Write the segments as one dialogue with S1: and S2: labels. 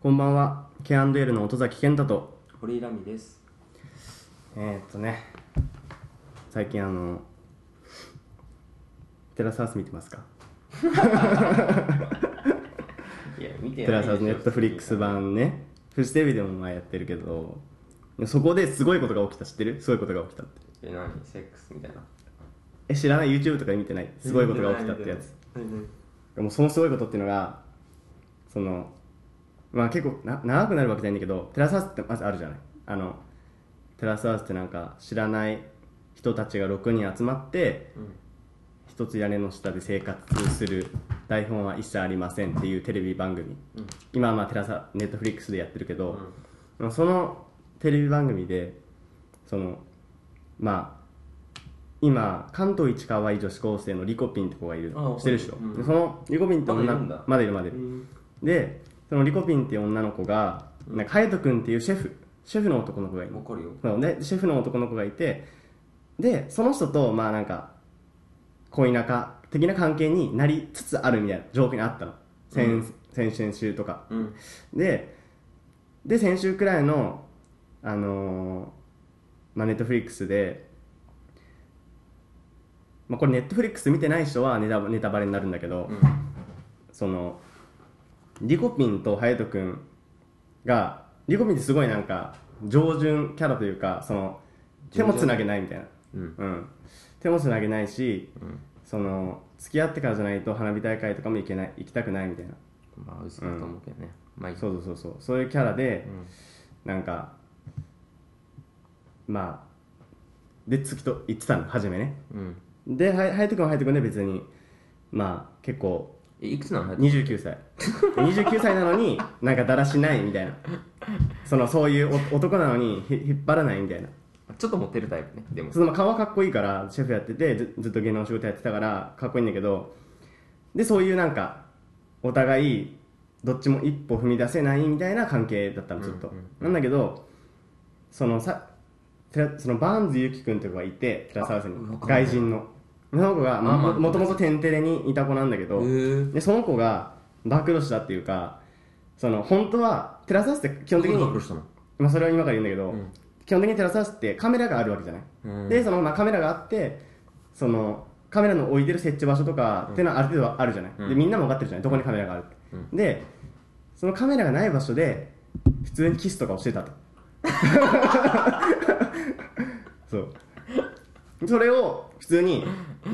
S1: こんばんは、K&L の音崎健太と、
S2: 堀井ラミです
S1: えー、っとね、最近あの、テラスハウス見てますか
S2: いや見て
S1: テラスハウスネットフリックス版ね、フジテレビでも前やってるけど、そこですごいことが起きた、知ってるすごいことが起きたって。
S2: え何セックスみたいな
S1: え、知らない ?YouTube とかで見てないすごいことが起きたってやつ。もうそのすごいことっていうのが、その、まあ結構な長くなるわけじゃないんだけど、テラスハウスってまずあるじゃない。あの、テラスハウスってなんか知らない人たちが6人集まって、一つ屋根の下で生活する台本は一切ありませんっていうテレビ番組、
S2: うん
S1: 今はまあテラサネットフリックスでやってるけど、そのテレビ番組でそのまあ今関東一可愛い女子高生のリコピンって子がいる
S2: あ
S1: してるでしょ、
S2: うん
S1: でそのリコピンって
S2: ま
S1: 女
S2: だいるんだ
S1: まだいるまだいる、
S2: ん
S1: でそのリコピンっていう女の子がなんかカイト君っていうシェフシェフの男の子がいるの
S2: わかるよ
S1: そうでシェフの男の子がいてでその人とまあなんか恋仲的な関係になりつつあるみたいな状況にあったの先,、先々週とか
S2: うん
S1: でで先週くらいのあのーまあ、ネットフリックスで、まあ、これネットフリックス見てない人はネタネタバレになるんだけど、
S2: うん
S1: そのリコピンと隼人君がリコピンってすごいなんか上純キャラというかその手もつなげないみたいな、
S2: うん
S1: うん、手もつなげないし、その付き合ってからじゃないと花火大会とかも行けない行きたくないみたいな
S2: まあ嘘だと思うけどねまあいい
S1: そうそうそうそうそういうキャラで、なんかまあで月と言ってたの初めね
S2: うん
S1: では隼人君は隼人君で別にまあ結構
S2: えいくつなの
S1: 29歳29歳なのになんかだらしないみたいなそのそういうお男なのにひ引っ張らないみたいな
S2: ちょっとモテるタイプねでも
S1: そのまあ顔はかっこいいからシェフやっててずずっと芸能の仕事やってたからかっこいいんだけどでそういうなんかお互いどっちも一歩踏み出せないみたいな関係だったのずっと、
S2: うんうん
S1: なんだけどそのさてらそのバーンズゆきくんって子がいてテラスハウスに
S2: あわかんない
S1: 外人のその子が
S2: まあまあ
S1: ももともとテンテレにいた子なんだけど、
S2: ー
S1: でその子が暴露したっていうかその本当はテラスハウスって基
S2: 基
S1: 本的に、
S2: ロしたの
S1: まあ、それは今から言うんだけど、
S2: ん
S1: 基本的にテラスハウスってカメラがあるわけじゃない、
S2: うん
S1: でその、まあ、カメラがあってそのカメラの置いてる設置場所とか、っていうのはある程度はあるじゃない、
S2: うん
S1: でみんなも分かってるじゃないどこにカメラがあるって、でそのカメラがない場所で普通にキスとかをして たとそうそれを普通に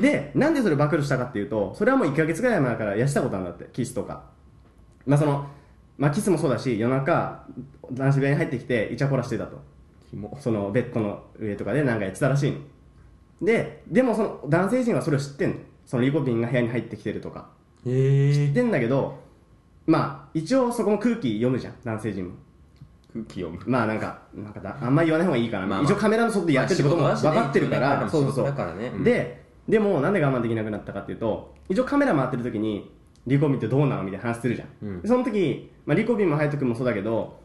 S1: でなんでそれ暴露したかっていうとそれはもう1ヶ月ぐらい前からやしたことなんだってキスとかまあそのまあキスもそうだし夜中男子部屋に入ってきてイチャコラしてたと
S2: キモ
S1: そのベッドの上とかでなんかやってたらしいのででもその男性陣はそれを知ってんのそのリコピンが部屋に入ってきてるとか
S2: へ
S1: 知っ
S2: え
S1: てんだけどまあ一応そこも空気読むじゃん男性陣も
S2: 空気読む
S1: まあなんかなんかだあんまり言わない方がいいかな、
S2: まあまあ
S1: 一応カメラの外でやってるってことも
S2: まあ
S1: 分
S2: 仕事だしね
S1: かってるから、
S2: うん
S1: そうそうそう
S2: 仕事だからねうん
S1: ででもなんで我慢できなくなったかっていうと一応カメラ回ってる時にリコビンってどうなのみたいな話するじゃん、
S2: うん
S1: その時、まあ、リコビンもハヤト君もそうだけど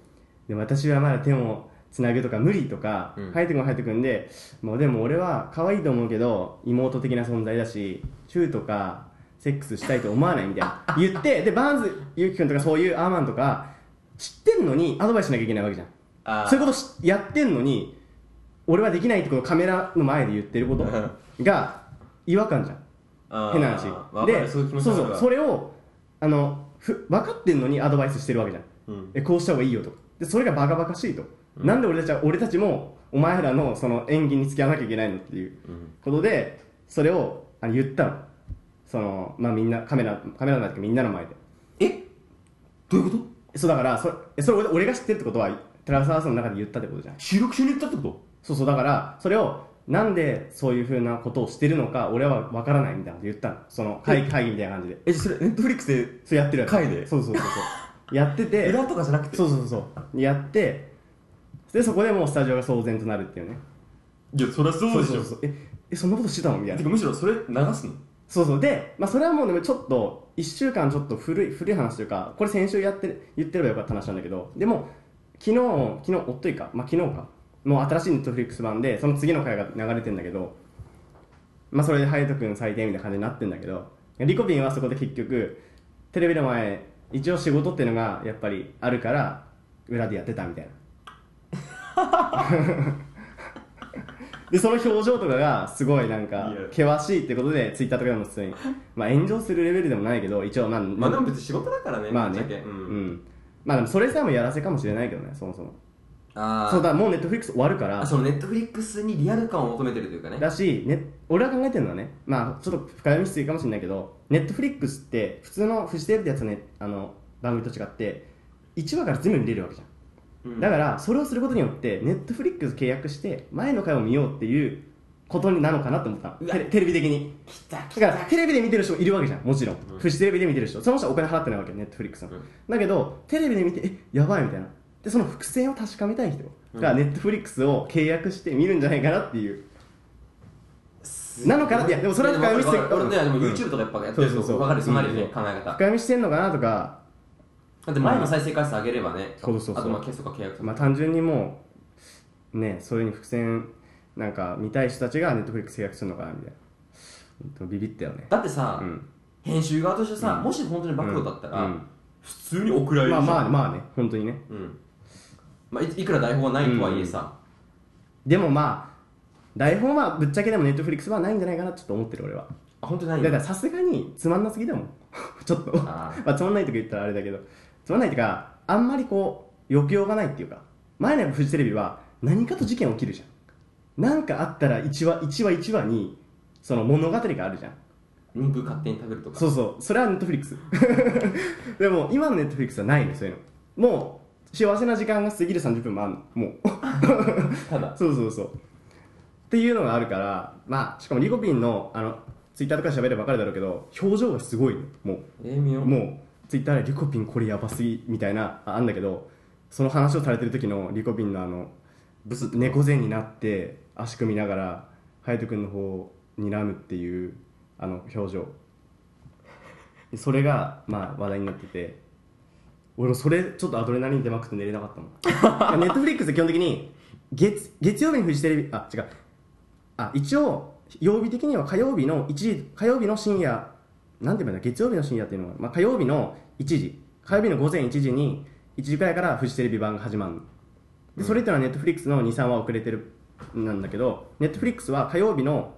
S1: でも私はまだ手をつなぐとか無理とか、
S2: うん
S1: ハヤト君はハヤト君でもうでも俺は可愛いと思うけど妹的な存在だしチューとかセックスしたいと思わないみたいな言ってでバーンズゆき君とかそういうアーマンとか知ってんのにアドバイスしなきゃいけないわけじゃん
S2: あー
S1: そういうことしやってんのに俺はできないってこのカメラの前で言ってることが違和感じゃん
S2: あー
S1: 変な話
S2: わか
S1: で
S2: るそういう気持ち
S1: そう
S2: わか
S1: そ
S2: る
S1: う
S2: わ
S1: それをあのふ分かってんのにアドバイスしてるわけじゃん、
S2: うん
S1: えこうした方がいいよとでそれがバカバカしいと、なんで俺たちは俺たちもお前らのその演技に付き合わなきゃいけないのっていう
S2: うん
S1: ことでそれをあの言ったのそのまあみんなカメラカメラの前とかみんなの前で
S2: えどういうこと
S1: そうだからそれえそれ俺俺が知ってるってことはテラスハウスの中で言ったってことじゃん
S2: 収録中に言ったってこ
S1: そうそうだからそれをなんでそういうふうなことをしてるのか俺は分からないみたいなこと言ったのその会会議みたいな感じで
S2: とえそれネットフリックスで
S1: そうやってるやつ
S2: 会で
S1: そうそうそうそう やってて
S2: 裏とかじゃなくて
S1: そうそうそうやってでそこでもうスタジオが騒然となるっていうね
S2: いやそりゃそ
S1: そうそうそうええそんなことしてたのみたい
S2: て
S1: な
S2: かむしろそれ流すの
S1: そうそうで、まあ、それはもうでもちょっと1週間ちょっと古い古い話というかこれ先週やってる言ってればよかった話なんだけどでも昨日昨日おっといか、まあ、昨日かもう新しいネットフリックス版でその次の回が流れてんだけど、まあ、それで隼人君最低みたいな感じになってんだけどリコピンはそこで結局テレビの前一応仕事っていうのがやっぱりあるから裏でやってたみたいな でその表情とかがすごいなんか
S2: いや
S1: 険しいってことでツイッターとかでも普通に、まあ、炎上するレベルでもないけど一応まあ
S2: まあでも別に仕事だからね
S1: まあ
S2: ぶ
S1: ね
S2: っちゃけ
S1: う、
S2: うんん
S1: まあでもそれさえもやらせかもしれないけどねそもそも
S2: あー
S1: そうだもうネットフリックス終わるか
S2: あ
S1: ら
S2: そのネットフリックスにリアル感を求めてるというかね
S1: だし、ね、俺が考えてるのはね、まあ、ちょっと深読みしすぎかもしれないけど、ネットフリックスって、普通のフジテレビでやつの,、ね、あの番組と違って、1話から全部見れるわけじゃん。
S2: うん
S1: だから、それをすることによって、ネットフリックス契約して、前の回を見ようっていうことになのかなと思った
S2: う
S1: の
S2: わ
S1: テレテレビ的に。
S2: 来た来
S1: だから、テレビで見てる人もいるわけじゃん、もちろん。
S2: うん
S1: フジテレビで見てる人。その人はお金払ってないわけよ、ネットフリックスの。
S2: うん
S1: だけど、テレビで見て、え、やばいみたいな。で、その伏線を確かめたい人が、
S2: うん
S1: ネットフリックスを契約して見るんじゃないかなっていう。なのかないやでもそれは
S2: 深
S1: 深読みして
S2: 俺ねでも
S1: うん
S2: YouTube とかやっぱやってる
S1: そうそうそ
S2: 人
S1: う
S2: 分かるそのあるよ
S1: う
S2: ね
S1: ん
S2: 考え方
S1: 深読みしてんのかなとか、
S2: だって前の再生回数上げればね
S1: そうそうそう
S2: あとまあケースとか契約とか
S1: まあ、単純にもうねそういうに伏線なんか見たい人たちがネットフリックス契約するのかなみたいな本当ビビったよね
S2: だってさ、
S1: うん
S2: 編集側としてさ、
S1: うん
S2: もし本当に暴露だったら、
S1: うん
S2: 普通に送られる
S1: まあ
S2: じゃん
S1: まあまあね本当にね
S2: うんまあ、いいくら台本がないとはいえさ、
S1: でもまあ台本はぶっちゃけでもネットフリックスはないんじゃないかなちょっと思ってる俺は
S2: あ本当にない
S1: だ
S2: ん
S1: からさすがにつまんなすぎだもん ちょっと
S2: あー
S1: まあつまんないとか言ったらあれだけどつまんないっていうかあんまりこう抑揚がないっていうか前のフジテレビは何かと事件起きるじゃん何かあったら1話1話1話にその物語があるじゃん
S2: 肉勝手に食べるとか
S1: そうそうそれはネットフリックス でも今のネットフリックスはないねそういうのもう幸せな時間が過ぎる30分もあんのもう
S2: ただ
S1: そうそうそうっていうのがあるからまあしかもリコピンのあのツイッターとかで喋れば分かるだろうけど表情がすごいねもう
S2: えー、見よう
S1: もうツイッターでリコピンこれやばすぎみたいなああんだけどその話をされてる時のリコピンのあの
S2: ブス
S1: 猫背になって足組みながら隼人君の方を睨むっていうあの表情でそれがまあ話題になってて俺もそれちょっとアドレナリン出まくって寝れなかったもん ネットフリックス基本的に月月曜日にフジテレビあ違うあ一応曜日的には火曜日の1時火曜日の深夜なんて言うんだ月曜日の深夜っていうのは、まあ、火曜日の1時火曜日の午前1時に1時くらいからフジテレビ版が始まるのでそれってのはネットフリックスの23話遅れてるなんだけどネットフリックスは火曜日の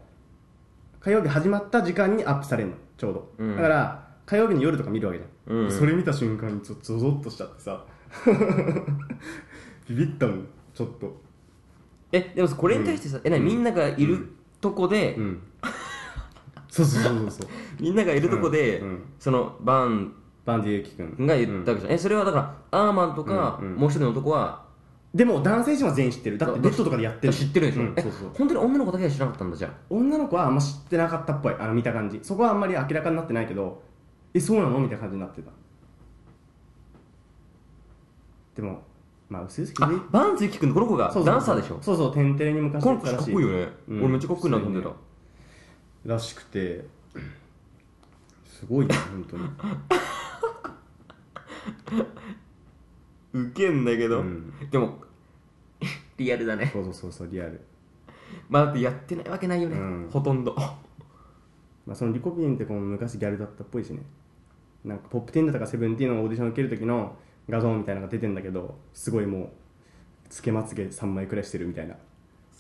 S1: 火曜日始まった時間にアップされるのちょうど、
S2: うん
S1: だから火曜日の夜とか見るわけじゃん、
S2: うんうん
S1: それ見た瞬間にちょっとゾゾッとしちゃってさ ビビったもんちょっと
S2: えでもこれに対してさ、えなにみんながいるとこで、
S1: うんそうそうそう そうそう
S2: みんながいるとこで、
S1: うんうん
S2: そのバン
S1: バンディユキ君
S2: が言ったわけじゃん、えそれはだからアーマンとか、
S1: うんうん
S2: もう一人の男は
S1: でも男性陣は全員知ってるだってベッドとかでやってる
S2: 知ってるでしょ、
S1: うん
S2: え
S1: そうそう
S2: 本当に女の子だけは知らなかったんだじゃあ
S1: 女の子はあんま知ってなかったっぽいあの見た感じそこはあんまり明らかになってないけどえそうなのみたいな感じになってたでもまあ薄々気
S2: あ
S1: づい
S2: バンズユキ君この子が
S1: そうそう
S2: ダンサーでしょ
S1: そうそう天てれに昔
S2: こ
S1: や
S2: の
S1: っ
S2: 子
S1: た
S2: からっ
S1: し
S2: こ
S1: い
S2: いいよね、
S1: うん
S2: 俺めっちゃかっこいいなと思ってた、
S1: 普らしくてすごいね本 当に
S2: ウケんだけど、
S1: うん
S2: でもリアルだね
S1: そうそうそうそうリアル
S2: まあだってやってないわけないよね、
S1: うん
S2: ほとんど
S1: まあ、そのリコピンってこの昔ギャルだったっぽいしねなんかポップティーンだとかセブンティーンのオーディション受ける時の画像みたいなのが出てんだけどすごいもうつけまつげ3枚くらいしてるみたいな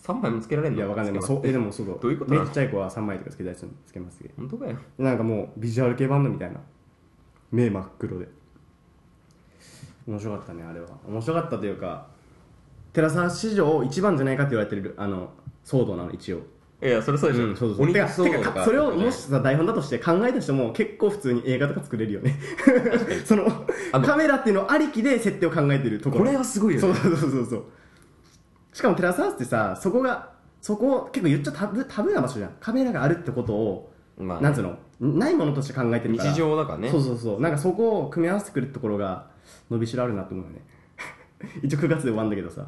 S2: 3枚もつけられんの
S1: いやわかんない、まあ、
S2: つけ
S1: そ
S2: ま
S1: うえでもそうそう
S2: どういうこと
S1: 目
S2: な
S1: ち
S2: の
S1: っちゃい子は3枚とかつけたりするのつけまつげ
S2: 本当かよ
S1: でなんかもうビジュアル系バンドみたいな目真っ黒で面白かったねあれは面白かったというか寺澤史上一番じゃないかって言われてるあの騒動なの一応
S2: いやそれそうでしょ、
S1: うん、そうそうそう
S2: 鬼
S1: て
S2: と
S1: か
S2: ソード
S1: て
S2: と
S1: か
S2: か
S1: それをもしさ台本だとして考えた人も結構普通に映画とか作れるよね その
S2: あの
S1: カメラっていうのありきで設定を考えてるとこ
S2: こ
S1: ろ
S2: れはすごいよね
S1: そうそうそうそうそうしかもテラスハウスってさそこがそこ結構言っちゃタブタブーな場所じゃんカメラがあるってことを、
S2: まあ
S1: なんつうのないものとして考えてるから
S2: 日常だからね
S1: そうそうそうなんかそこを組み合わせてくるところが伸びしろあるなと思うよね 一応9月で終わるんだけどさ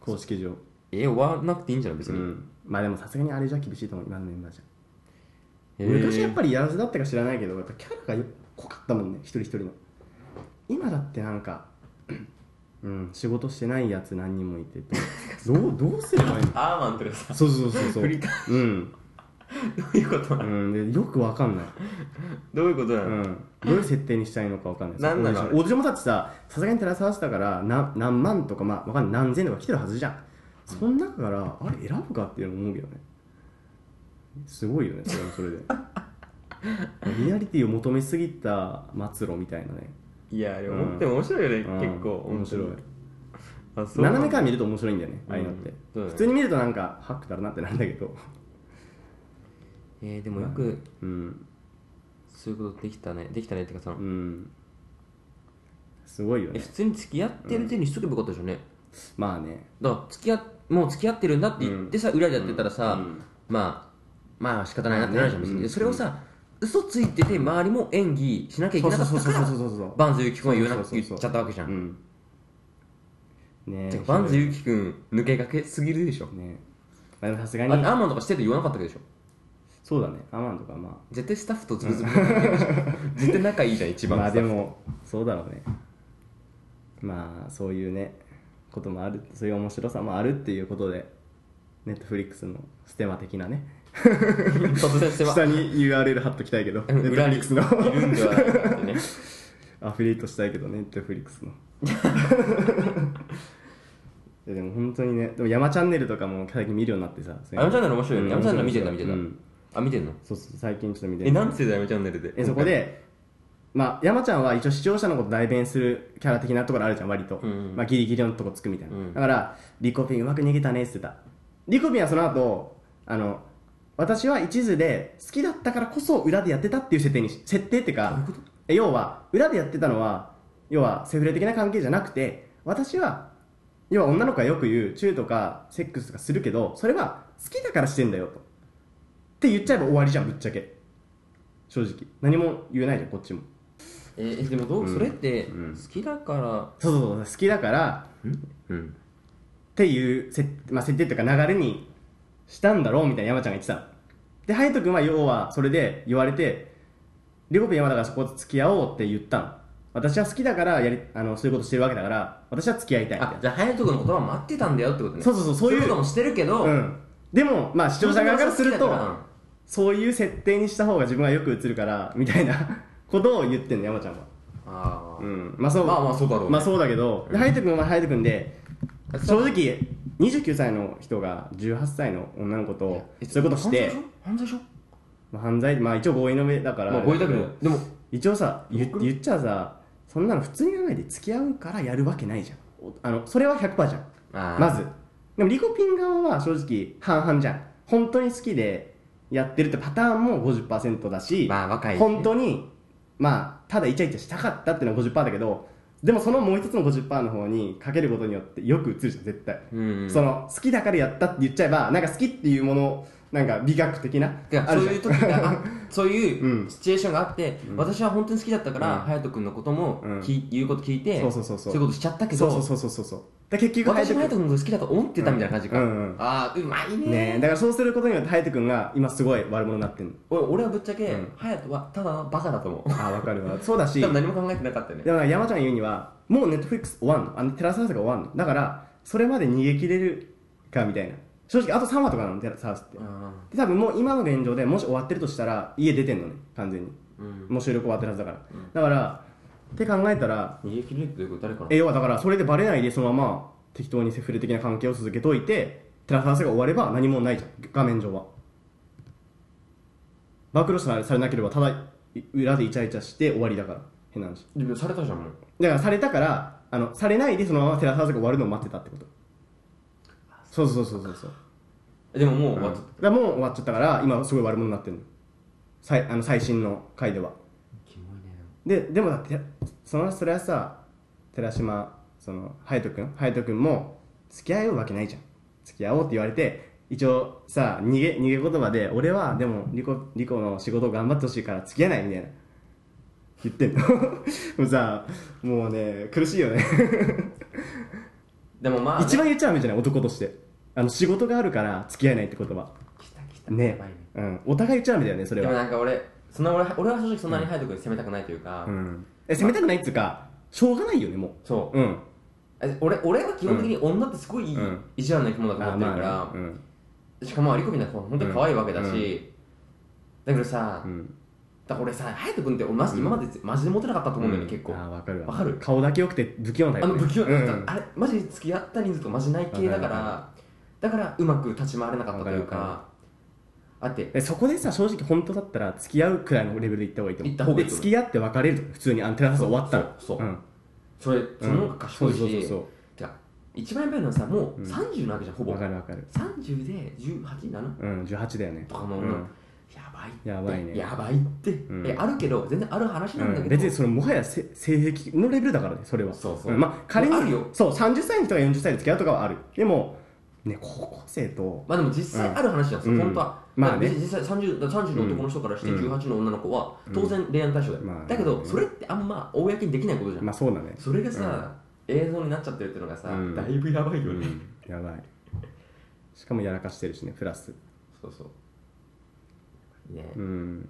S1: 公式上
S2: え終わらなくていいんじゃない別
S1: う
S2: に、
S1: んまあでもさすがにあれじゃ厳しいと思う今のメンバーじゃ
S2: へー
S1: 昔やっぱりやらせだったか知らないけどやっぱキャラがよ濃かったもんね一人一人の今だってなんか うん仕事してないやつ何 人もいてどうどうどうすればいいの
S2: アーマンとかさ
S1: そうそうそうそう
S2: 振り返
S1: うん
S2: どういうことな
S1: う
S2: の
S1: ん、でよくわかんない、
S2: どういうことな
S1: う
S2: の
S1: ん、どういう設定にしたいのかわかんない
S2: なんなの
S1: オーディションオーディションもだってささすがに照らさわせたから何何万とか、まあ、わかんない何千とか来てるはずじゃんその中からあれ選ぶかっていうの思うけどねすごいよねそれもそれ でリアリティを求めすぎた末路みたいなね
S2: いやで
S1: う
S2: も
S1: ん
S2: 思っても面白いよね
S1: うん
S2: 結構
S1: 面白い
S2: あそう
S1: 斜めから見ると面白いんだよね、ああいうのって、
S2: うんそうだね
S1: 普通に見るとなんかハックだろなってなんだけど
S2: えーでもよく
S1: うん
S2: そういうことできたねできたねっていうかその
S1: うんすごいよ
S2: え
S1: ね
S2: 普通に付き合ってる手にしとけばよかったでしょうね
S1: まあね
S2: だから付き合っもう付き合ってるんだって言ってさ裏でやってたらさ
S1: うん
S2: まあまあ仕方ないなってなるじゃん別
S1: うん
S2: にそれをさ嘘ついてて周りも演技しなきゃいけ
S1: そう
S2: な
S1: そ
S2: か
S1: うそう
S2: った
S1: そう
S2: か
S1: そう
S2: ら
S1: そうそう
S2: バンズユキ君は言わな
S1: そうそう
S2: 言
S1: そうそう
S2: っちゃったわけじゃ
S1: うんんね
S2: て
S1: え
S2: かバンズユキ君抜けかけすぎるでしょ
S1: ねえあでもさすが
S2: だ
S1: に
S2: ってアーマンとかしてると言わなかったわけでしょ
S1: そうだねアマンとかま
S2: 絶対スタッフとズブズブで関係ないでしょ絶対仲いいじゃん一
S1: あ
S2: 番
S1: まあ
S2: スタ
S1: で
S2: ッフ
S1: もそうだろうねまあそういうねこともあるそういう面白さもあるっていうことでネットフリックスのステマ的なね
S2: 突然しては
S1: 下に URL 貼っときたいけどネットフリ
S2: 裏に
S1: ックスの
S2: いるんではないかってね
S1: アフィリエイトしたいけどね、ネットフリック スの。いやでも本当にね、でも山チャンネルとかも最近見るようになってさ、
S2: あやめチャンネル面白いよね
S1: う
S2: や
S1: ん
S2: めチャンネル見てた見てた
S1: うん
S2: あ見てんの
S1: そうそう、最近ちょっと見てる
S2: えなんつってたやめチャンネルで
S1: えそこで、まあ、山ちゃんは一応視聴者のこと代弁するキャラ的なところあるじゃん、割と。
S2: うん
S1: まあ、ギリギリのとこつくみたいな。
S2: うん
S1: だから、リコピンうまく逃げたねって言ってた。リコピンはその後、あの、私は一途で好きだったからこそ裏でやってたっていう設定にし、設定っていうか、え要は、裏でやってたのは、要はセフレ的な関係じゃなくて、私は、要は女の子がよく言う、チューとかセックスとかするけど、それは好きだからしてんだよと。って言っちゃえば終わりじゃん、ぶっちゃけ。正直何も言えないじゃんこっちも
S2: えーでもどう、
S1: うん
S2: それって好
S1: うん
S2: きだから
S1: そうそうそう好きだから
S2: うん
S1: っていうせ、まあ、設定というか流れにしたんだろうみたいな山ちゃんが言ってたので隼人君は要はそれで言われてリコピンはだからそこと付き合おうって言ったの私は好きだからやりあのそういうことしてるわけだから私は付き合いたいみたい
S2: あ
S1: な
S2: じゃあ隼人君の言葉を待ってたんだよってことね
S1: そうそうそうそういう
S2: こともしてるけど、
S1: うんでもまあ視聴者側からする
S2: そう
S1: と
S2: いうことは
S1: そういう設定にした方が自分はよく映るからみたいなことを言ってんの山ちゃんは
S2: あ
S1: うんまあそ
S2: あ
S1: う
S2: まあまあそうだろうね、
S1: まあそうだけど、で、ハイト君はハイト君で、
S2: そう
S1: 正直、29歳の人が18歳の女の子と、
S2: え
S1: そういうことして、
S2: 犯罪でしょ
S1: まあ犯罪、まあ一応合意の上だから、
S2: まあ覚えたくないでも
S1: 一応さ、言言っちゃさ、そんなの普通に考えて付き合うからやるわけないじゃん。おあの、それは100%じゃん。
S2: あー
S1: まず。でもリコピン側は正直半々じゃん。本当に好きでやってるってパターンも50%だし、
S2: まあ若いしね
S1: 本当に、まあ、ただイチャイチャしたかったっていうのは50%だけど、でもそのもう一つの50%の方にかけることによってよく映るじゃん、絶対。
S2: うん
S1: その、好きだからやったって言っちゃえば、なんか好きっていうもの、なんか美学的な、
S2: てか
S1: あ
S2: そ
S1: るじ
S2: う
S1: ゃん
S2: いう時があそういううんシチュエーションがあって、私は本当に好きだったから、隼人君のことも
S1: うん
S2: き、言うこと聞い て
S1: そうそうそうそう
S2: いうことしちゃったけ
S1: そ
S2: ど
S1: うそうそうそうそうそう。で結局、
S2: 私も
S1: 隼
S2: 隼
S1: 人
S2: 人君のこと好きだと思ってたみたいな感じか、
S1: うんうんうん
S2: ああうまいね
S1: 君ねえだからそうすることによって、隼人君が今すごい悪者になってる
S2: 俺俺はぶっちゃけ、
S1: うん
S2: 隼人はただのバカだと思う
S1: ああ、わかる わ。そうだし、
S2: 多分何も考えてなかったよね
S1: でもなんか山ちゃんが言うにはもうネットフリックス終わんのあのテラスハウスが終わんのだからそれまで逃げ切れるかみたいな正直あと3話とかなのテラスハウスって
S2: あ
S1: で多分もう今の現状でもし終わってるとしたら家出てんのね完全に
S2: ーうん
S1: もう収録終わってるはずだから、だからって考えたら
S2: 逃げ切れるってどういうこと誰かな
S1: え要はだからそれでバレないでそのまま適当にセフレ的な関係を続けといてテラスハウスが終われば何もないじゃん画面上は暴露されなければただい裏でイチャイチャして終わりだから変な話
S2: でもされたじゃんもう
S1: だからされたからあのされないでそのままテラスハウスが終わるのを待ってたってことそうそうそうそうそう
S2: えでももう終
S1: だ
S2: わっ
S1: か
S2: ちゃっ
S1: ら
S2: た
S1: もう終わっちゃったから今すごい悪者になってるのさいあの最新の回では
S2: キモいね
S1: ででもだってそのそれはさ寺島その隼人君隼人君も付き合えるわけないじゃん付き合おうって言われて一応さ逃げ逃げ言葉で俺はでもリコリコの仕事を頑張ってほしいから付き合えないみたいな言ってんの もうさもうね苦しいよね
S2: でもまあ、
S1: 一番言っちゃダメじゃない男としてあの仕事があるから付き合えないって言葉
S2: 来た来たや
S1: ね
S2: ばいね
S1: うん、お互い言っちゃダメだよねそれ
S2: でも
S1: は、
S2: なんか俺そんな俺は俺は正直そんなに隼人君に責めたくないというか、
S1: うん、え責めたくないっつうかしょうがないよねも
S2: そう
S1: ううん
S2: え俺俺は基本的に女ってすごいいい
S1: うん
S2: 意地悪な生き物だと思ってるから、
S1: ねうん
S2: しかもアリコミなんか本当に可愛いわけだし、だけどさ、
S1: うん
S2: だから俺さ隼人君って俺マジ今までマジでモテなかったと思うんだよね、結構
S1: あーわかるわ
S2: わかる
S1: 顔だけ良くて不器用なタイ
S2: あ
S1: プ
S2: の
S1: ね
S2: 不器用、
S1: うん
S2: あれマジ付き合った人数とかマジない系だ
S1: わかる
S2: か
S1: わ
S2: らだからうまく立ち回れなかったというか
S1: わかるわ
S2: あって
S1: でそこでさ正直本当だったら付き合うくらいのレベルで行った方がいいと思う
S2: 行った方がいい
S1: で
S2: と思う
S1: 付き合って別れると普通にあのテラサス終わったら
S2: そうそ
S1: う
S2: うそうんそれその方が賢いし、
S1: うんそうそうそう
S2: てか一番やばいのはさもううん30なわけじゃん、
S1: そ
S2: ほ
S1: う
S2: ぼ
S1: わかるわかる
S2: 30で18なの
S1: うん18だよね
S2: とかの、
S1: うん
S2: やばいって
S1: やばいね
S2: やばいって、
S1: ん
S2: えあるけど全然ある話なんだ
S1: うん
S2: けど、
S1: 別にそれもはやせ性癖のレベルだからねそれは
S2: そうそうん
S1: まあ仮に
S2: あるよ
S1: そう30歳の人が40歳で付き合うとかはあるでもね高校生と
S2: まあでも実際ある話じゃん、
S1: うん
S2: 本当は、
S1: うんまあね
S2: だから実際 30, だから30の男の人からして
S1: うん
S2: 18の女の子は当然恋愛の対象だよ、
S1: まあね
S2: だけどそれってあんま公にできないことじゃん、
S1: まあそうだね
S2: それがさ、映像になっちゃってるっていうのがさ、
S1: うん
S2: だいぶやばいよね、
S1: うんやばいしかもやらかしてるしねプラス
S2: そうそうね、
S1: うん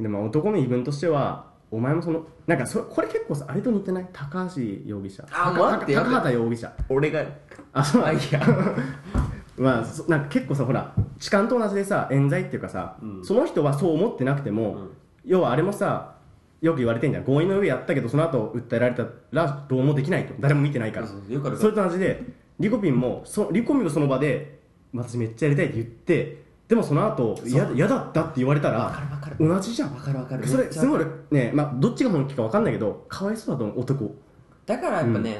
S1: でも男の言い分としてはお前もそのなんかそこれ結構さあれと似てない高橋容疑者
S2: あ
S1: 高
S2: 待って
S1: 高高畑容疑者
S2: 俺が
S1: あそう
S2: あいや
S1: まあそなんか結構さほら痴漢と同じでさ冤罪っていうかさ、
S2: うん
S1: その人はそう思ってなくても、
S2: うん
S1: 要はあれもさよく言われてんじゃん合意の上やったけどその後訴えられたらどうもできないと誰も見てないから
S2: そうそうよくある
S1: それと同じでリコピンもそリコピンもその場で私めっちゃやりたいって言ってでもその後
S2: そう
S1: 嫌嫌だったって言われた
S2: わからるわかる
S1: 同じじゃん
S2: わかるわかる
S1: そ
S2: め
S1: れ
S2: っちゃ
S1: すごい俺ね、まあ、どっちが本気か分かんないけどかわいそうだと思う男、
S2: だからやっぱね、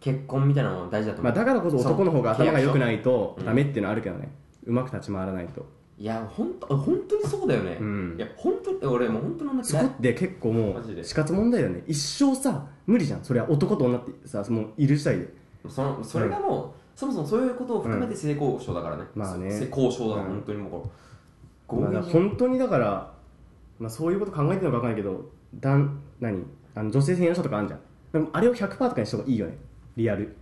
S2: 結婚みたいなのも大事だと
S1: ま
S2: 思
S1: あ、
S2: う、
S1: だからこそ男の方が
S2: そう
S1: 頭が良くないと
S2: うん
S1: ダメっていうのはあるけどね、うまく立ち回らないと
S2: いや本当本当にそうだよね、
S1: うん
S2: いや本当に俺もう本当なんだけ
S1: そ
S2: ど
S1: こって結構も
S2: マジ
S1: う
S2: で
S1: 死活問題だよね一生さ無理じゃんそれは男と女ってさもういる時代で
S2: そのそれがもう、そもそもそういうことを含めて性交渉だからね、
S1: まあね
S2: 性交渉だから、
S1: うん
S2: 本当にもうこれ
S1: まあ、
S2: 合意に
S1: 本当にだから、まあ、そういうこと考えてるのか分かんないけどだん何あの女性専用車とかあるじゃんでもあれを100%とかにした方がいいよねリアル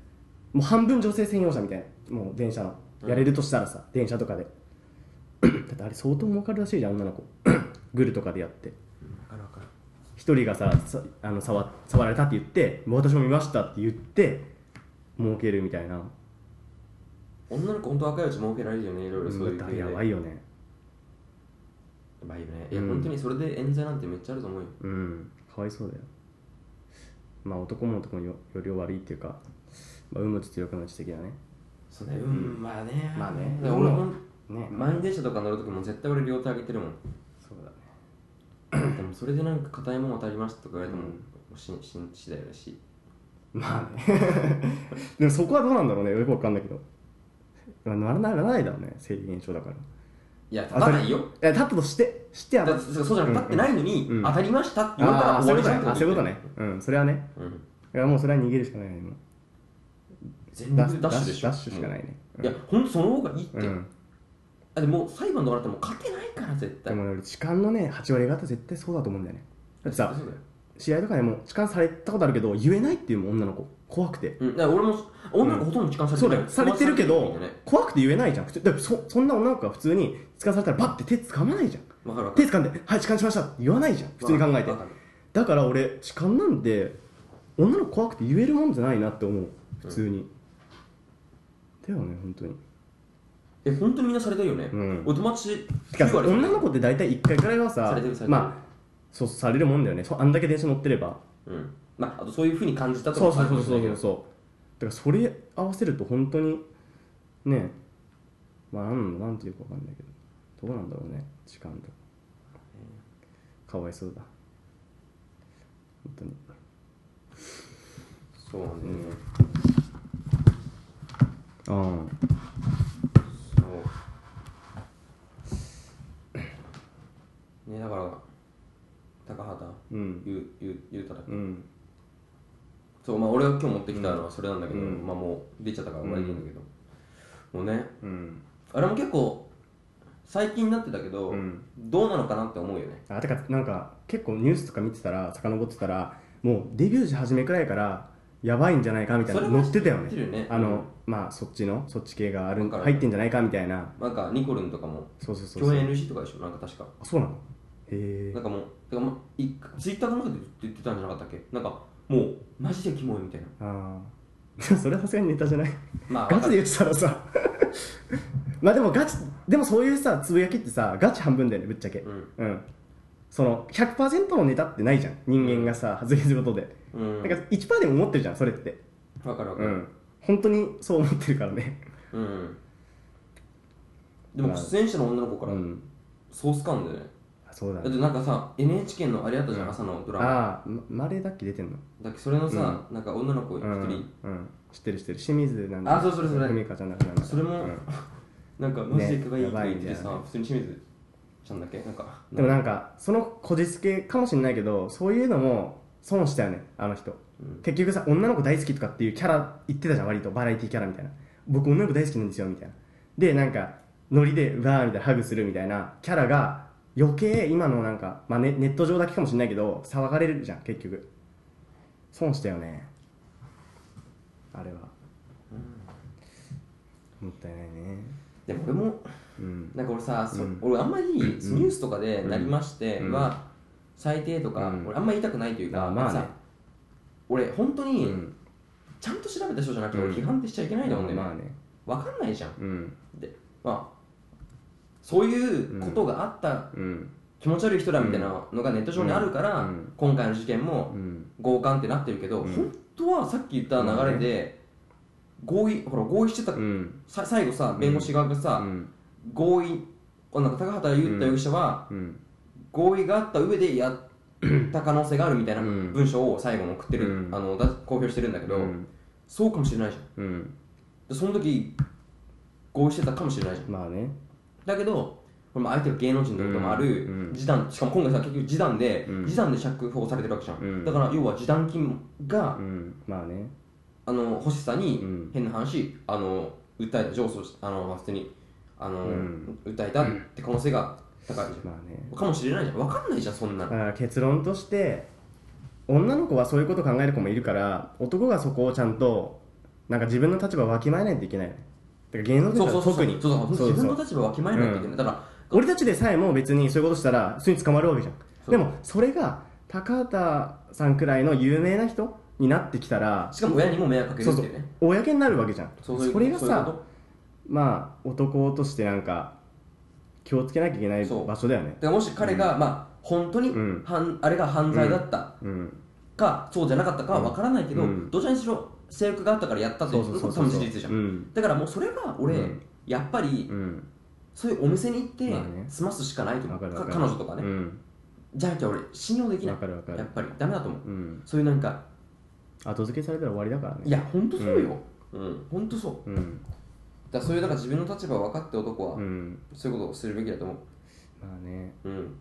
S1: もう半分女性専用車みたいなもう電車のやれるとしたらさ、電車とかで だってあれ相当儲かるらしいじゃん女の子 グルとかでやって一人がささあの触触られたって言ってもう私も見ましたって言って儲けるみたいな
S2: 女の子本当若いうち儲けられるよねいろいろそういう
S1: だか
S2: 系
S1: ら
S2: で
S1: や
S2: や
S1: ば
S2: ば
S1: い
S2: いよ
S1: よね
S2: ねいや、
S1: うん
S2: 本当にそれで冤罪なんてめっちゃあると思うよ
S1: うんかわいそうだよまあ男も男もよより悪いっていうか、まあ、運も実力の知的だね
S2: そうねうんまあね
S1: まあね
S2: いや俺ほん
S1: ね
S2: 満員電車とか乗るときも絶対俺両手上げ てるもん
S1: そうだね
S2: でもそれでなんか硬いもん渡りましたとか言われても、しし次第だし
S1: まあね でもそこはどうなんだろうねよくわかんないけどまあならないならないだろうね生理現象だから
S2: いや立たないよ
S1: え立ったとしてしてや
S2: だってそうそうじゃなく立ってないのに、
S1: うん
S2: 当たりましたって言われた
S1: あ
S2: ら
S1: あそ
S2: 終
S1: う
S2: わ
S1: いう
S2: り
S1: ことね
S2: じゃん
S1: あそういうことねうんそれはね
S2: うん
S1: だからもうそれは逃げるしかないよねもう
S2: 全然ダッシュでしょ
S1: ダッシュしかないね
S2: いや、ほんとその方がいいって。
S1: うん
S2: あでも裁判とかなってもう勝てないから、絶
S1: で
S2: 対。
S1: もね俺痴漢のね8割方絶対そうだと思うんだよねだってさ
S2: そうだよ。
S1: 試合とかでも痴漢されたことあるけど言えないっていうもん女の子怖くて
S2: うん、だから俺も、女の子ほとんど痴漢され
S1: そ
S2: て
S1: う
S2: な
S1: だ
S2: い
S1: よされてるけ
S2: わ、
S1: ど
S2: ね、
S1: 怖くて言えないじゃん普通だってそそんな女の子は普通に痴漢されたらバッて手掴まないじゃん
S2: わかるわか
S1: 手
S2: る。
S1: 掴んで「はい痴漢しました」って言わないじゃん普通に考えて
S2: わかる
S1: だから俺痴漢なんて女の子怖くて言えるもんじゃないなって思う普通に、だよね本当に
S2: え、本当にみんなされてるよね。
S1: うん
S2: お友達、
S1: てか
S2: 9割
S1: 女の子って大体1回くらいは
S2: さ
S1: さ
S2: れてるされてる
S1: まあそうされるもんだよねそうあんだけ電車乗ってれば
S2: うん。まあ、あとそういうふうに感じたと
S1: そう
S2: か
S1: そうそうそ
S2: あるかも
S1: う
S2: し
S1: そうだからそれ合わせると本当にねまあなんなんていうかわかんないけどどうなんだろうね時間とかかわいそうだ本当に
S2: れないけどそうね。
S1: ああ
S2: そう。ね、だから、高畑、
S1: うん
S2: ゆうゆうゆうただっけ
S1: うん
S2: そうまあ俺が今日持ってきたのはそれなんだけど、
S1: うん
S2: まあもう出ちゃったから終わりでいいんだけど、もうね
S1: うん
S2: あれも結構最近になってたけど、
S1: うん
S2: どうなのかなって思うよね
S1: あてかなんか結構ニュースとか見てたら遡ってたらもうデビューし始めくらいからやばいんじゃないかみたいな
S2: それ
S1: 載
S2: は
S1: ってたよ
S2: 知って
S1: ね
S2: るよね
S1: あのまあそっちのそっち系がある
S2: わかる
S1: 入ってんじゃないかみたいな
S2: なんかニコルンとかも
S1: そうそうそうそ
S2: 共
S1: う
S2: 演 NC とかでしょなんか確か
S1: あそうなのへえ
S2: なんかもうてか、まあ、いツイッターかなんかで言ってたんじゃなかったっけなんかもうマジでキモいみたい な
S1: ああそれはさすがにネタじゃない
S2: まあ
S1: ガチで言ってたらさまあでもガチでもそういうさつぶやきってさガチ半分だよねぶっちゃけ
S2: うん
S1: うん、その100%のネタってないじゃん人間がさ発言することで、
S2: うん
S1: だから1%でも思ってるじゃんそれって
S2: わかるわか
S1: う
S2: る、
S1: ん本当にそう思ってるからね
S2: うんでも出演者の女の子から
S1: うん
S2: ソース感だよね、
S1: あそうだ
S2: だっ
S1: ね
S2: てなんかさ NHK のあれあったじゃん、
S1: うん
S2: 朝のドラマ
S1: ああまマレーだっけ出てんの
S2: だっけそれのさ、なんか女の子一
S1: うん、
S2: 人、
S1: うん、知ってる知ってる清水なん
S2: あそうそれそれ
S1: ふみかちゃんだから
S2: それも、
S1: うん
S2: なんかマジで可愛い
S1: ね
S2: と
S1: や
S2: か言って
S1: ばいんだよ
S2: て
S1: ね
S2: さ、普通に清水ちゃんだっけなんか
S1: でもなんかそのこじつけかもしれないけどそういうのも損したよねあの人、
S2: うん
S1: 結局さ女の子大好きとかっていうキャラ言ってたじゃん割とバラエティキャラみたいな僕女の子大好きなんですよみたいなでなんかノリでうわーみたいなハグするみたいなキャラが余計今のなんか、まあね、ネット上だけかもしれないけど騒がれるじゃん結局損したよねあれは、もったいないね
S2: でも俺も
S1: うん
S2: なんか俺さ、そ
S1: うん
S2: 俺あんまりニュースとかでなりまして
S1: うん
S2: は最低とか、
S1: うん
S2: 俺あんまり言いたくないというか、
S1: あまあね
S2: さ俺本当
S1: う
S2: に
S1: ん
S2: ちゃんと調べた人じゃなくて
S1: うん
S2: 俺批判ってしちゃいけないんだもんね、
S1: まあね
S2: 分かんないじゃん
S1: うん
S2: でまあそういうことがあった
S1: うん
S2: 気持ち悪い人だみたいなのがネット上にあるから、
S1: うん
S2: 今回の事件も
S1: うん
S2: 強姦ってなってるけど、
S1: うん
S2: 本当はさっき言った流れで合意ほら合意してた、
S1: うん
S2: さ最後さ弁護士側
S1: う
S2: がさ、
S1: ん
S2: 合意あなんか高畑優太容疑者は
S1: うん
S2: 合意があった上で やった可能性があるみたいな
S1: うん
S2: 文章を最後に送ってる、
S1: うん
S2: あのだ公表してるんだけど、
S1: うん
S2: そうかもしれないじゃん
S1: うん
S2: でその時合意してたかもしれないじゃん
S1: まあね
S2: だけどこれも相手が芸能人ってこともある、
S1: うんうん
S2: 示談しかも今回さ結局示談で、
S1: うん
S2: 示談で釈放されてるわけじゃん、
S1: うん
S2: だから要は示談金が、
S1: うんまあね
S2: あの欲しさに
S1: うん
S2: 変な話あの訴えた上訴しあの普通にあの、
S1: うん
S2: 訴えたって可能性が高いじゃん、
S1: まあね
S2: かもしれないじゃん分かんないじゃんそんな
S1: だ
S2: の
S1: から結論として女の子はそういうこと考える子もいるから男がそこをちゃんとなんか自分の立場をわきまえないといけないよねてか芸能人
S2: そう
S1: は
S2: そうそう
S1: 特に
S2: そうそう
S1: そう
S2: 自
S1: そ
S2: 分の
S1: う
S2: 立場をわきまえないといけない、だから
S1: 俺たちでさえも別にそういうことしたら普通に捕まるわけじゃん
S2: そう
S1: でもそれが高畑さんくらいの有名な人になってきたら
S2: しかも親にも迷惑かける
S1: そ
S2: っ
S1: うそ
S2: ていううね
S1: 公になるわけじゃん
S2: そうそう
S1: それが
S2: そういう
S1: さ
S2: こと
S1: まあ男としてなんか気をつけなきゃいけない
S2: そう
S1: 場所だよね
S2: だからもし彼が、まあ本当に、
S1: うん
S2: はんあれが犯罪だった、
S1: うん
S2: かそうじゃなかったかは分からないけど、
S1: うん
S2: どちらにしろ制服があったからやったというのが多分事実じゃん、
S1: うん
S2: だからもうそれは俺、
S1: うん
S2: やっぱり、
S1: うん
S2: そういうお店に行って
S1: まあね
S2: 済ますしかないと思
S1: わ
S2: う、
S1: かるわ
S2: か
S1: かる
S2: 彼女とか
S1: う
S2: ね、
S1: ん
S2: じゃなきゃ俺信用できない
S1: わかるわかる
S2: やっぱりダメだと思う
S1: うん
S2: そういうなんか
S1: 後付けされたら終わりだからね
S2: いやほんとそうようん、ほんとそう
S1: うん
S2: だからそういうだから自分の立場を分かって男は、
S1: うん
S2: そういうことをするべきだと思
S1: まあね
S2: ううん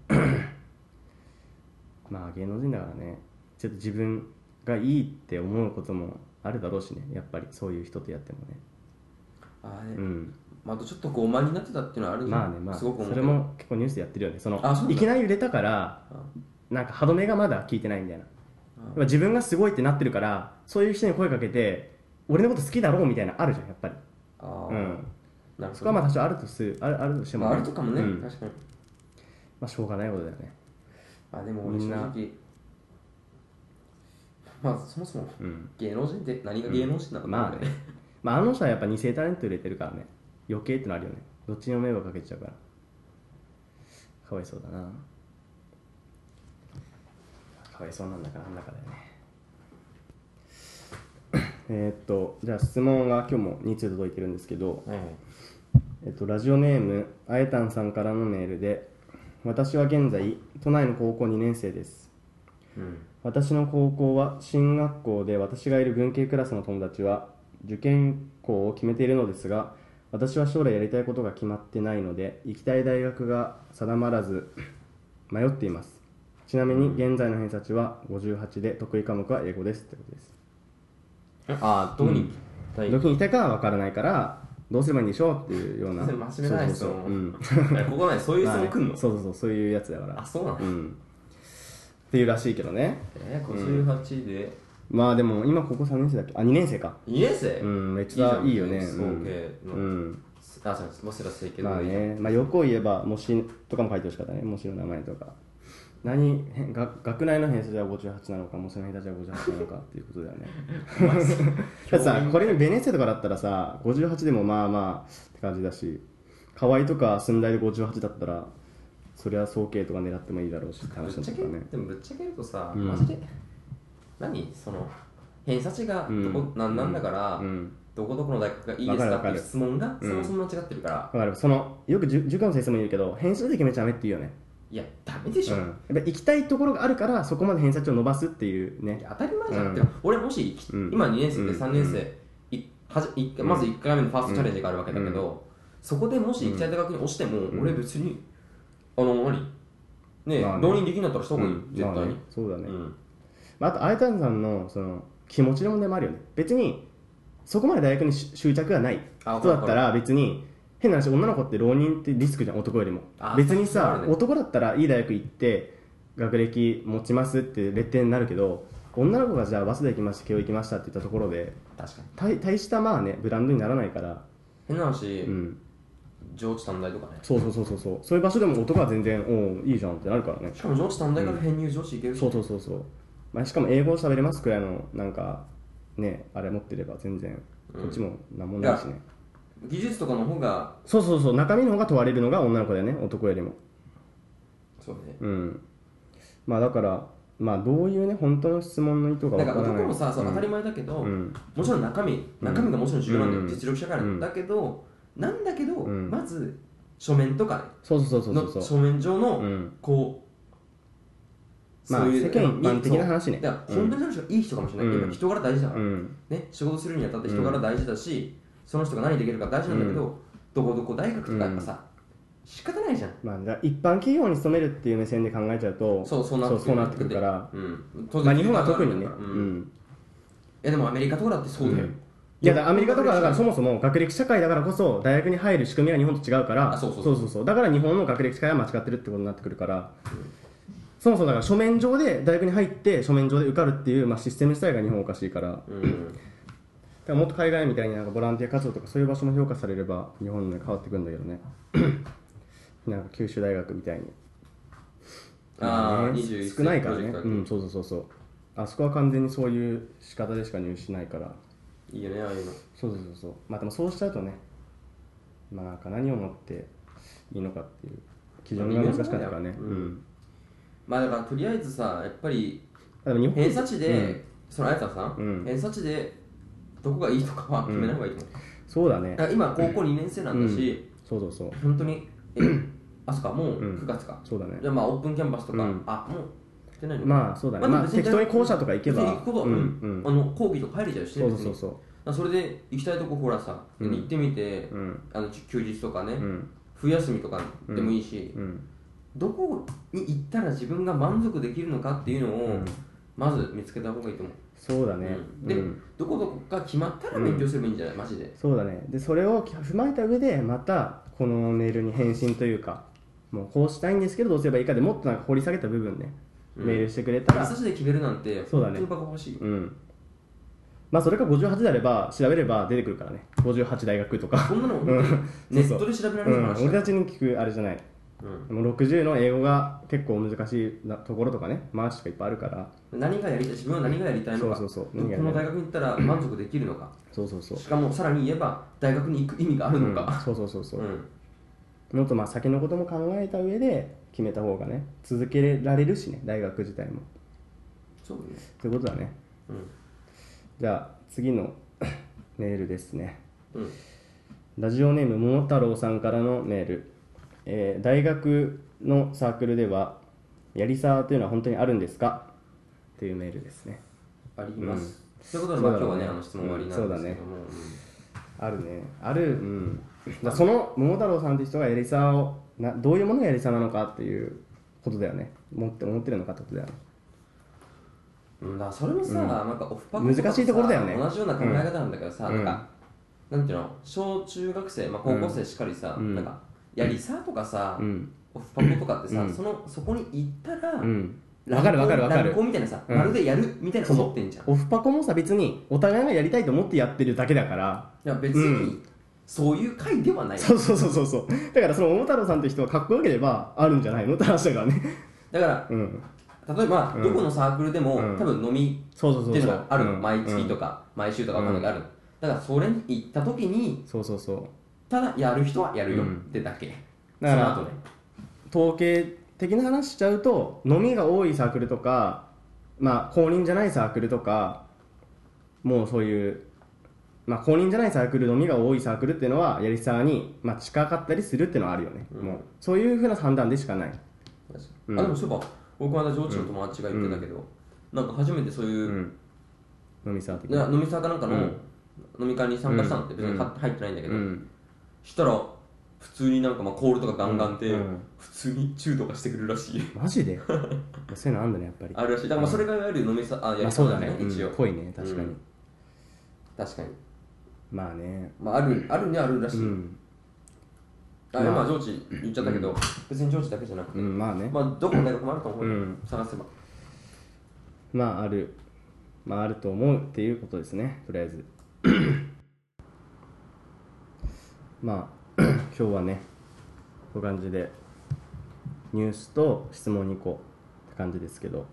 S1: まあ芸能人だからねちょっと自分がいいって思うこともあるだろうしねやっぱりそういう人とやってもね
S2: あれ、
S1: うん
S2: まあ、あとちょっと傲慢になってたっていうのはあるじゃん
S1: まあねまあ
S2: すごく思
S1: そ
S2: っ
S1: れ
S2: てる
S1: も結構ニュースでやってるよねその
S2: あそうなんだ
S1: いきなり売れたからなんか歯止めがまだ効いてないみたいなやっぱ自分がすごいってなってるからそういう人に声かけて俺のこと好きだろうみたいなのあるじゃんやっぱり
S2: あ
S1: う
S2: あ、
S1: ん
S2: なる
S1: そ
S2: ほ
S1: こは
S2: ど
S1: まあ多少あるとするあるあるとしても
S2: ま
S1: ね、
S2: あ、あるとかもね、
S1: うん
S2: 確かに
S1: まあしょうがないことだよね
S2: まあでも俺
S1: み
S2: 正
S1: んな
S2: 直まあそもそも
S1: うん
S2: 芸能人って何が芸能人なのか
S1: まあね、まあ、あの人はやっぱ二世タレント入れてるからね余計ってのあるよねどっちにも迷惑かけちゃうからかわいそうだなかわいそうなんだかなんだかだよね えーっとじゃあ質問が今日も2通届いてるんですけど、えっと、ラジオネームあえたんさんからのメールで私は現在都内の高校2年生です
S2: うん
S1: 私の高校は進学校で私がいる文系クラスの友達は受験校を決めているのですが私は将来やりたいことが決まってないので行きたい大学が定まらず迷っていますちなみに現在の偏差値は58で得意科目は英語ですってことです
S2: ああどこに行きたい
S1: どこに行きたいかは分からないからどうすればいいんでしょうっていうような
S2: 真面目な
S1: そうそう
S2: 質
S1: そう
S2: 問
S1: うん
S2: えここねそういう質問来ん
S1: まあ
S2: の
S1: ね そうそうそうそういうやつだから
S2: あそうなの
S1: うんっていうらしいけどね
S2: え58で
S1: まあでも今ここ3年生だっけあ2年生か
S2: 2年生
S1: うんめっちゃいいよね
S2: いいじゃん
S1: うん
S2: 創形の
S1: うん
S2: あそう早稲田成形
S1: まあねまあよく言えば模試とかも書いてほしかったね模試の名前とか何へん学学内の偏差値は58なのか模試の偏差値は58なのかっていうことだよ ね だってさこれベネッセとかだったらさ58でもまあまあって感じだし河合とか寸大で58だったらそりゃ総計とか狙ってもいいだろうしって
S2: ぶっ
S1: 話だっ
S2: ち
S1: た
S2: ゃ
S1: か
S2: け、
S1: らね
S2: でもぶっちゃけるとさ、
S1: うん
S2: マジで何その偏差値が
S1: うん
S2: どこ、なん、なんだから、
S1: うん
S2: どこどこの大学がいいですか
S1: わ
S2: っ
S1: か
S2: て
S1: る
S2: いう質問が
S1: う
S2: そ
S1: ん
S2: もそも間違ってるから、
S1: だからそのよくじゅ塾の先生も言うけど偏差値で決めちゃダメって言うよね、
S2: いやダメでし
S1: う
S2: ょ、
S1: ん、やっぱ行きたいところがあるからそこまで偏差値を伸ばすっていうね
S2: 当たり前じゃん、
S1: うん
S2: でも俺もし、
S1: うん
S2: 今2年生
S1: う
S2: で
S1: ん
S2: 3年生、いはじいまず1回目のファーストチャレンジがあるわけだけど、そこでもし行きたい大学に落ちても、
S1: うん
S2: 俺別にあの何ねえ、
S1: まあね
S2: 浪人できんだったらした方がいい、
S1: うん
S2: 絶対に、
S1: まあねそうだね、
S2: うん
S1: まあ、あと相谷さんのその気持ちの問題もあるよね別にそこまで大学に執執着がない
S2: あ
S1: 人だったら別に変な話女の子って浪人ってリスクじゃん男よりも
S2: あ
S1: 別に
S2: そう
S1: さ
S2: だ、ね
S1: 男だったらいい大学行って学歴持ちますってレッテンになるけど女の子がじゃあ早稲田行きました慶応行きましたって言ったところで
S2: 確かに
S1: 大大したまあねブランドにならないから
S2: 変な話、
S1: うん
S2: 上智短大とかね
S1: そうそうそうそうそうそういう場所でも男は全然おおいいじゃんってなるからね
S2: しかも上智短大から編入上智いけるし、
S1: そうそうそうそう、まあ、しかも英語喋れますくらいのなんかねあれ持ってれば全然こっちも何もないしね、
S2: 技術とかの方が
S1: そうそうそう中身の方が問われるのが女の子だよね男よりも
S2: そうね
S1: うんまあだからまあどういうね本当の質問の意図が
S2: な
S1: わ
S2: ん
S1: か
S2: から
S1: ない
S2: 男もさ、そ
S1: う
S2: う
S1: ん
S2: 当たり前だけど、
S1: うん
S2: もちろん中身中身がもちろん重要なんだよ、
S1: うん
S2: 実力社会なんだけど、なんだけど、
S1: ん
S2: まず書面とかね
S1: そうそうそうそう
S2: の
S1: そう
S2: 書面上の、
S1: うん
S2: こう、
S1: まあ
S2: そういう
S1: 世間一般的な話ね
S2: そうだから本当にその人がいい人かもしれない、
S1: うん
S2: やっぱ人柄大事だから、
S1: うん
S2: ね、仕事するにあたって人柄大事だし、その人が何できるか大事なんだけど、どこどこ大学とかやっぱさ、仕方ないじゃん
S1: まあ、だから一般企業に勤めるっていう目線で考えちゃうと
S2: そうそうなってくる
S1: そうなってくるから、
S2: うん、当
S1: まあ、日本は特にね、
S2: うん
S1: うん、
S2: いやでもアメリカとかだってそうだよ、
S1: うんいやだからアメリカとかだからそもそも学歴社会だからこそ大学に入る仕組みが日本と違うから
S2: あそうそうそう
S1: そうだから日本の学歴社会は間違ってるってことになってくるから、そもそもだから書面上で大学に入って書面上で受かるっていう、まあ、システム自体が日本おかしいからだか
S2: うん
S1: らもっと海外みたいになんかボランティア活動とかそういう場所も評価されれば日本に変わってくるんだけどね なんか九州大学みたいに
S2: ああ、
S1: ね
S2: 21
S1: 少ないからね
S2: 世紀プ
S1: う
S2: ロジェク
S1: んそうそうそうそうあそこは完全にそういう仕方でしか入試しないから
S2: トいいよねああいうの
S1: そうそうそうそうまあでもそうしちゃうとねまあなんか何をもっていいのかっていう基準が難しかったからね
S2: う
S1: うんん、
S2: まあだからとりあえずさやっぱり
S1: あでも日本
S2: 偏差値で、
S1: うん
S2: その綾田さん、
S1: うん
S2: 偏差値でどこがいいとかは決めない方がいいと思う、
S1: そうだね
S2: だから今高校2年生なんだし、
S1: そうそうそう
S2: 本当に えあそっかもう9月か、
S1: そうだね
S2: じゃあまあオープンキャンパスとか、
S1: うん
S2: あもうしてないのか
S1: まあそうだねまあ
S2: 別に
S1: 適当に校舎とか行けば
S2: 別に行くことは、
S1: うんうん
S2: あの講義とか入れちゃうしね
S1: そうそうそう
S2: 別に
S1: そ
S2: だからそれで行きたいとこほらさ、
S1: うん
S2: 行ってみて、
S1: ううん
S2: あの休日とかね、
S1: うん
S2: 冬休みとかでもいいし、
S1: うん
S2: どこに行ったら自分が満足できるのかっていうのを、
S1: うん
S2: まず見つけた方がいいと思う、
S1: そうだね、
S2: うんで、
S1: うん
S2: どこどこが決まったら勉強すればいいんじゃない、マジで
S1: そうだねでそれを踏まえた上でまたこのメールに返信というかもうこうしたいんですけどどうすればいいかでもっとなんか掘り下げた部分ね、
S2: うん
S1: メールしてくれたら
S2: 偏差値で決めるなんて
S1: そうだ
S2: 本
S1: ね
S2: 当にバカ欲しい、
S1: うんまあそれか58であれば調べれば出てくるからね58大学とか
S2: こんなの本
S1: うん
S2: 当にネ
S1: そ
S2: ッ
S1: うそ
S2: ト
S1: う
S2: で調べ ら
S1: う
S2: れる
S1: ん
S2: 話
S1: 俺
S2: だ
S1: たちに聞くあれじゃない
S2: うん
S1: もう60の英語が結構難しいなところとかね回しとかいっぱいあるから
S2: 何がやりたい自分は何がやりたいのか
S1: そうそうそう
S2: どこの大学に行ったら満足できるのか
S1: そうそうそう
S2: しかもさらに言えば大学に行く意味があるの
S1: うん
S2: か、
S1: そうそうそうそううんもっとまあ先のことも考えた上で決めた方がね続けられるしね大学自体も
S2: そうね
S1: ということだねじゃあ次の メールですね
S2: うん、うん、
S1: ラジオネーム桃太郎さんからのメール、えー大学のサークルではやりサーというのは本当にあるんですかというメールですね
S2: あります、ということで、まあ、
S1: そうだね
S2: 今日はね、あの質問終わりなんですけども、
S1: あるねあるうんだからその桃太郎さんという人がやりサーをなどういうものがやりサーなのかっていうことだよね持って思ってるのかってことだよね
S2: うんだからそれもさ、なんかオフパク
S1: 難しいところだよね
S2: 同じような考え方なんだけどさ、
S1: うん
S2: なんか、なんていうの小中学生、まあ、高校生しっかりさ、
S1: うん
S2: なんかやりさとかさ、
S1: うん
S2: オフパコとかってさ、
S1: うん
S2: そのそこに行ったら、
S1: うんわかるわかるわか
S2: ラ
S1: る
S2: ブコみたいなさ、
S1: うん
S2: まるでやるみたいな思ってんじゃんい
S1: オフパコもさ別にお互いがやりたいと思ってやってるだけだから
S2: や別
S1: う
S2: にそういう回ではない、
S1: そうそうそうそうそうだからその桃太郎さんという人はかっこよければあるんじゃないのって話だからね
S2: だか
S1: うん
S2: ら例えば、
S1: うん
S2: どこのサークルでも、
S1: うん
S2: 多分飲み
S1: そうそう
S2: っ
S1: そう
S2: ていう
S1: そ
S2: の
S1: う
S2: がある、
S1: うん
S2: 毎月とか、毎週とかわかんないけどある、だからそれに行った時に
S1: そうそうそう
S2: ただやる人はやるよっ
S1: うん
S2: てだけ、
S1: だから
S2: その後ね
S1: 統計的な話しちゃうと飲みが多いサークルとか、まあ、公認じゃないサークルとかもうそういう、まあ、公認じゃないサークル飲みが多いサークルっていうのはやりさに、まあ、近かったりするっていうのはあるよね、
S2: うん
S1: もうそういうふうな判断でしかない、うん
S2: あでもそういえば僕はまだ上智の友達が言ってたけど、なんか初めてそういうう、
S1: ん、飲みサー的
S2: いや飲み会かなんかの、
S1: うん
S2: 飲み会に参加したのって別には入ってないんだけど、
S1: うん
S2: したら普通になんかまあコールとかガンガンって、
S1: うん
S2: 普通にチューとかしてくるらしい
S1: マジ でそういうのあんだねやっぱり
S2: あるらしいだからまあそれがいわゆる飲みさあや
S1: まあ
S2: り
S1: そ
S2: 方
S1: う
S2: だ
S1: だ
S2: ね
S1: ね、
S2: 一応、
S1: うん、濃いね確かに、
S2: うん確かに
S1: まあね
S2: まああるあるにはあるらし
S1: う
S2: い、
S1: ん、
S2: あまあ上智言っちゃったけど、別に上智だけじゃなくて、
S1: うん、まあね
S2: まあどこの大学もあると思うよ、
S1: うん
S2: 探せば
S1: まああるまああると思うっていうことですねとりあえず まあ 今日はねこういう感じでニュースと質問2個って感じですけど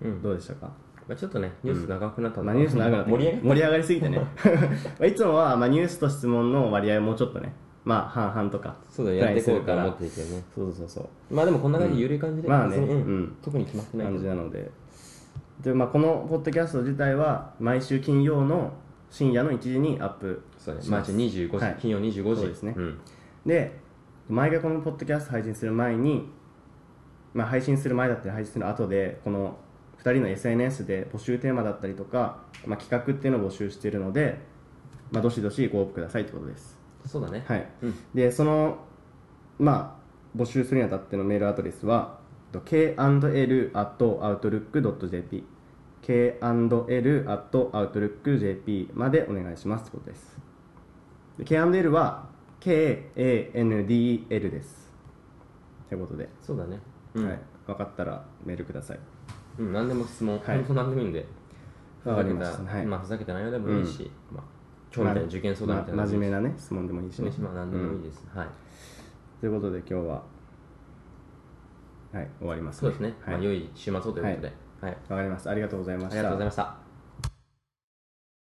S2: うん
S1: どうでしたか、
S2: まあ、ちょっとねニュース長くなった
S1: まあ、ニュース長くなって
S2: 盛り上がっ
S1: 盛り上がりすぎてね まあいつもは、まあ、ニュースと質問の割合をもうちょっとねまあ半々とか
S2: そうだね
S1: ぐ
S2: や
S1: ら
S2: っ
S1: い
S2: て
S1: に
S2: い
S1: する
S2: こうと
S1: か
S2: は思
S1: ら
S2: っていけどね
S1: そうそうそうそう
S2: まあでもこんな感じ緩い感じで、
S1: まあね
S2: 別に
S1: うん
S2: 特に決まってない
S1: 感じなのでで、まあ、このポッドキャスト自体は毎週金曜の深夜の1時にアップ
S2: そうね
S1: し
S2: 毎
S1: ます
S2: 週25時、
S1: はい
S2: 金曜25時
S1: そうですね
S2: ん
S1: で毎回このポッドキャスト配信する前に、まあ、配信する前だったり配信する後でこの2人の SNS で募集テーマだったりとか、まあ、企画っていうのを募集しているので、まあ、どしどしご応募くださいってことです
S2: そうだね
S1: はい、
S2: うん
S1: でそのまあ募集するにあたってのメールアドレスは k&l.outlook.jp k&l.outlook.jp までお願いしますってことですで K&L は KANDEL ですということで、
S2: そうだねうん、
S1: はい、分かったらメールください
S2: うん、何でも質問、
S1: はい
S2: 本当何でもいいんで
S1: わかりました
S2: ふざけた
S1: はい
S2: まあ、ふざけた内容でもいいし、まあ、今日みたいな受験相談みたいな
S1: ま
S2: ので
S1: 真面
S2: もい
S1: 目
S2: い
S1: なね質問でもいいし、
S2: し、
S1: ね
S2: ね、まあ何でもいいです、はい
S1: ということで今日ははい終わります
S2: そうですね、
S1: はい
S2: まあ、良い週末をということで、はい
S1: わかりましたありがとうございま
S2: あ
S1: し
S2: りがとう
S1: た
S2: ございました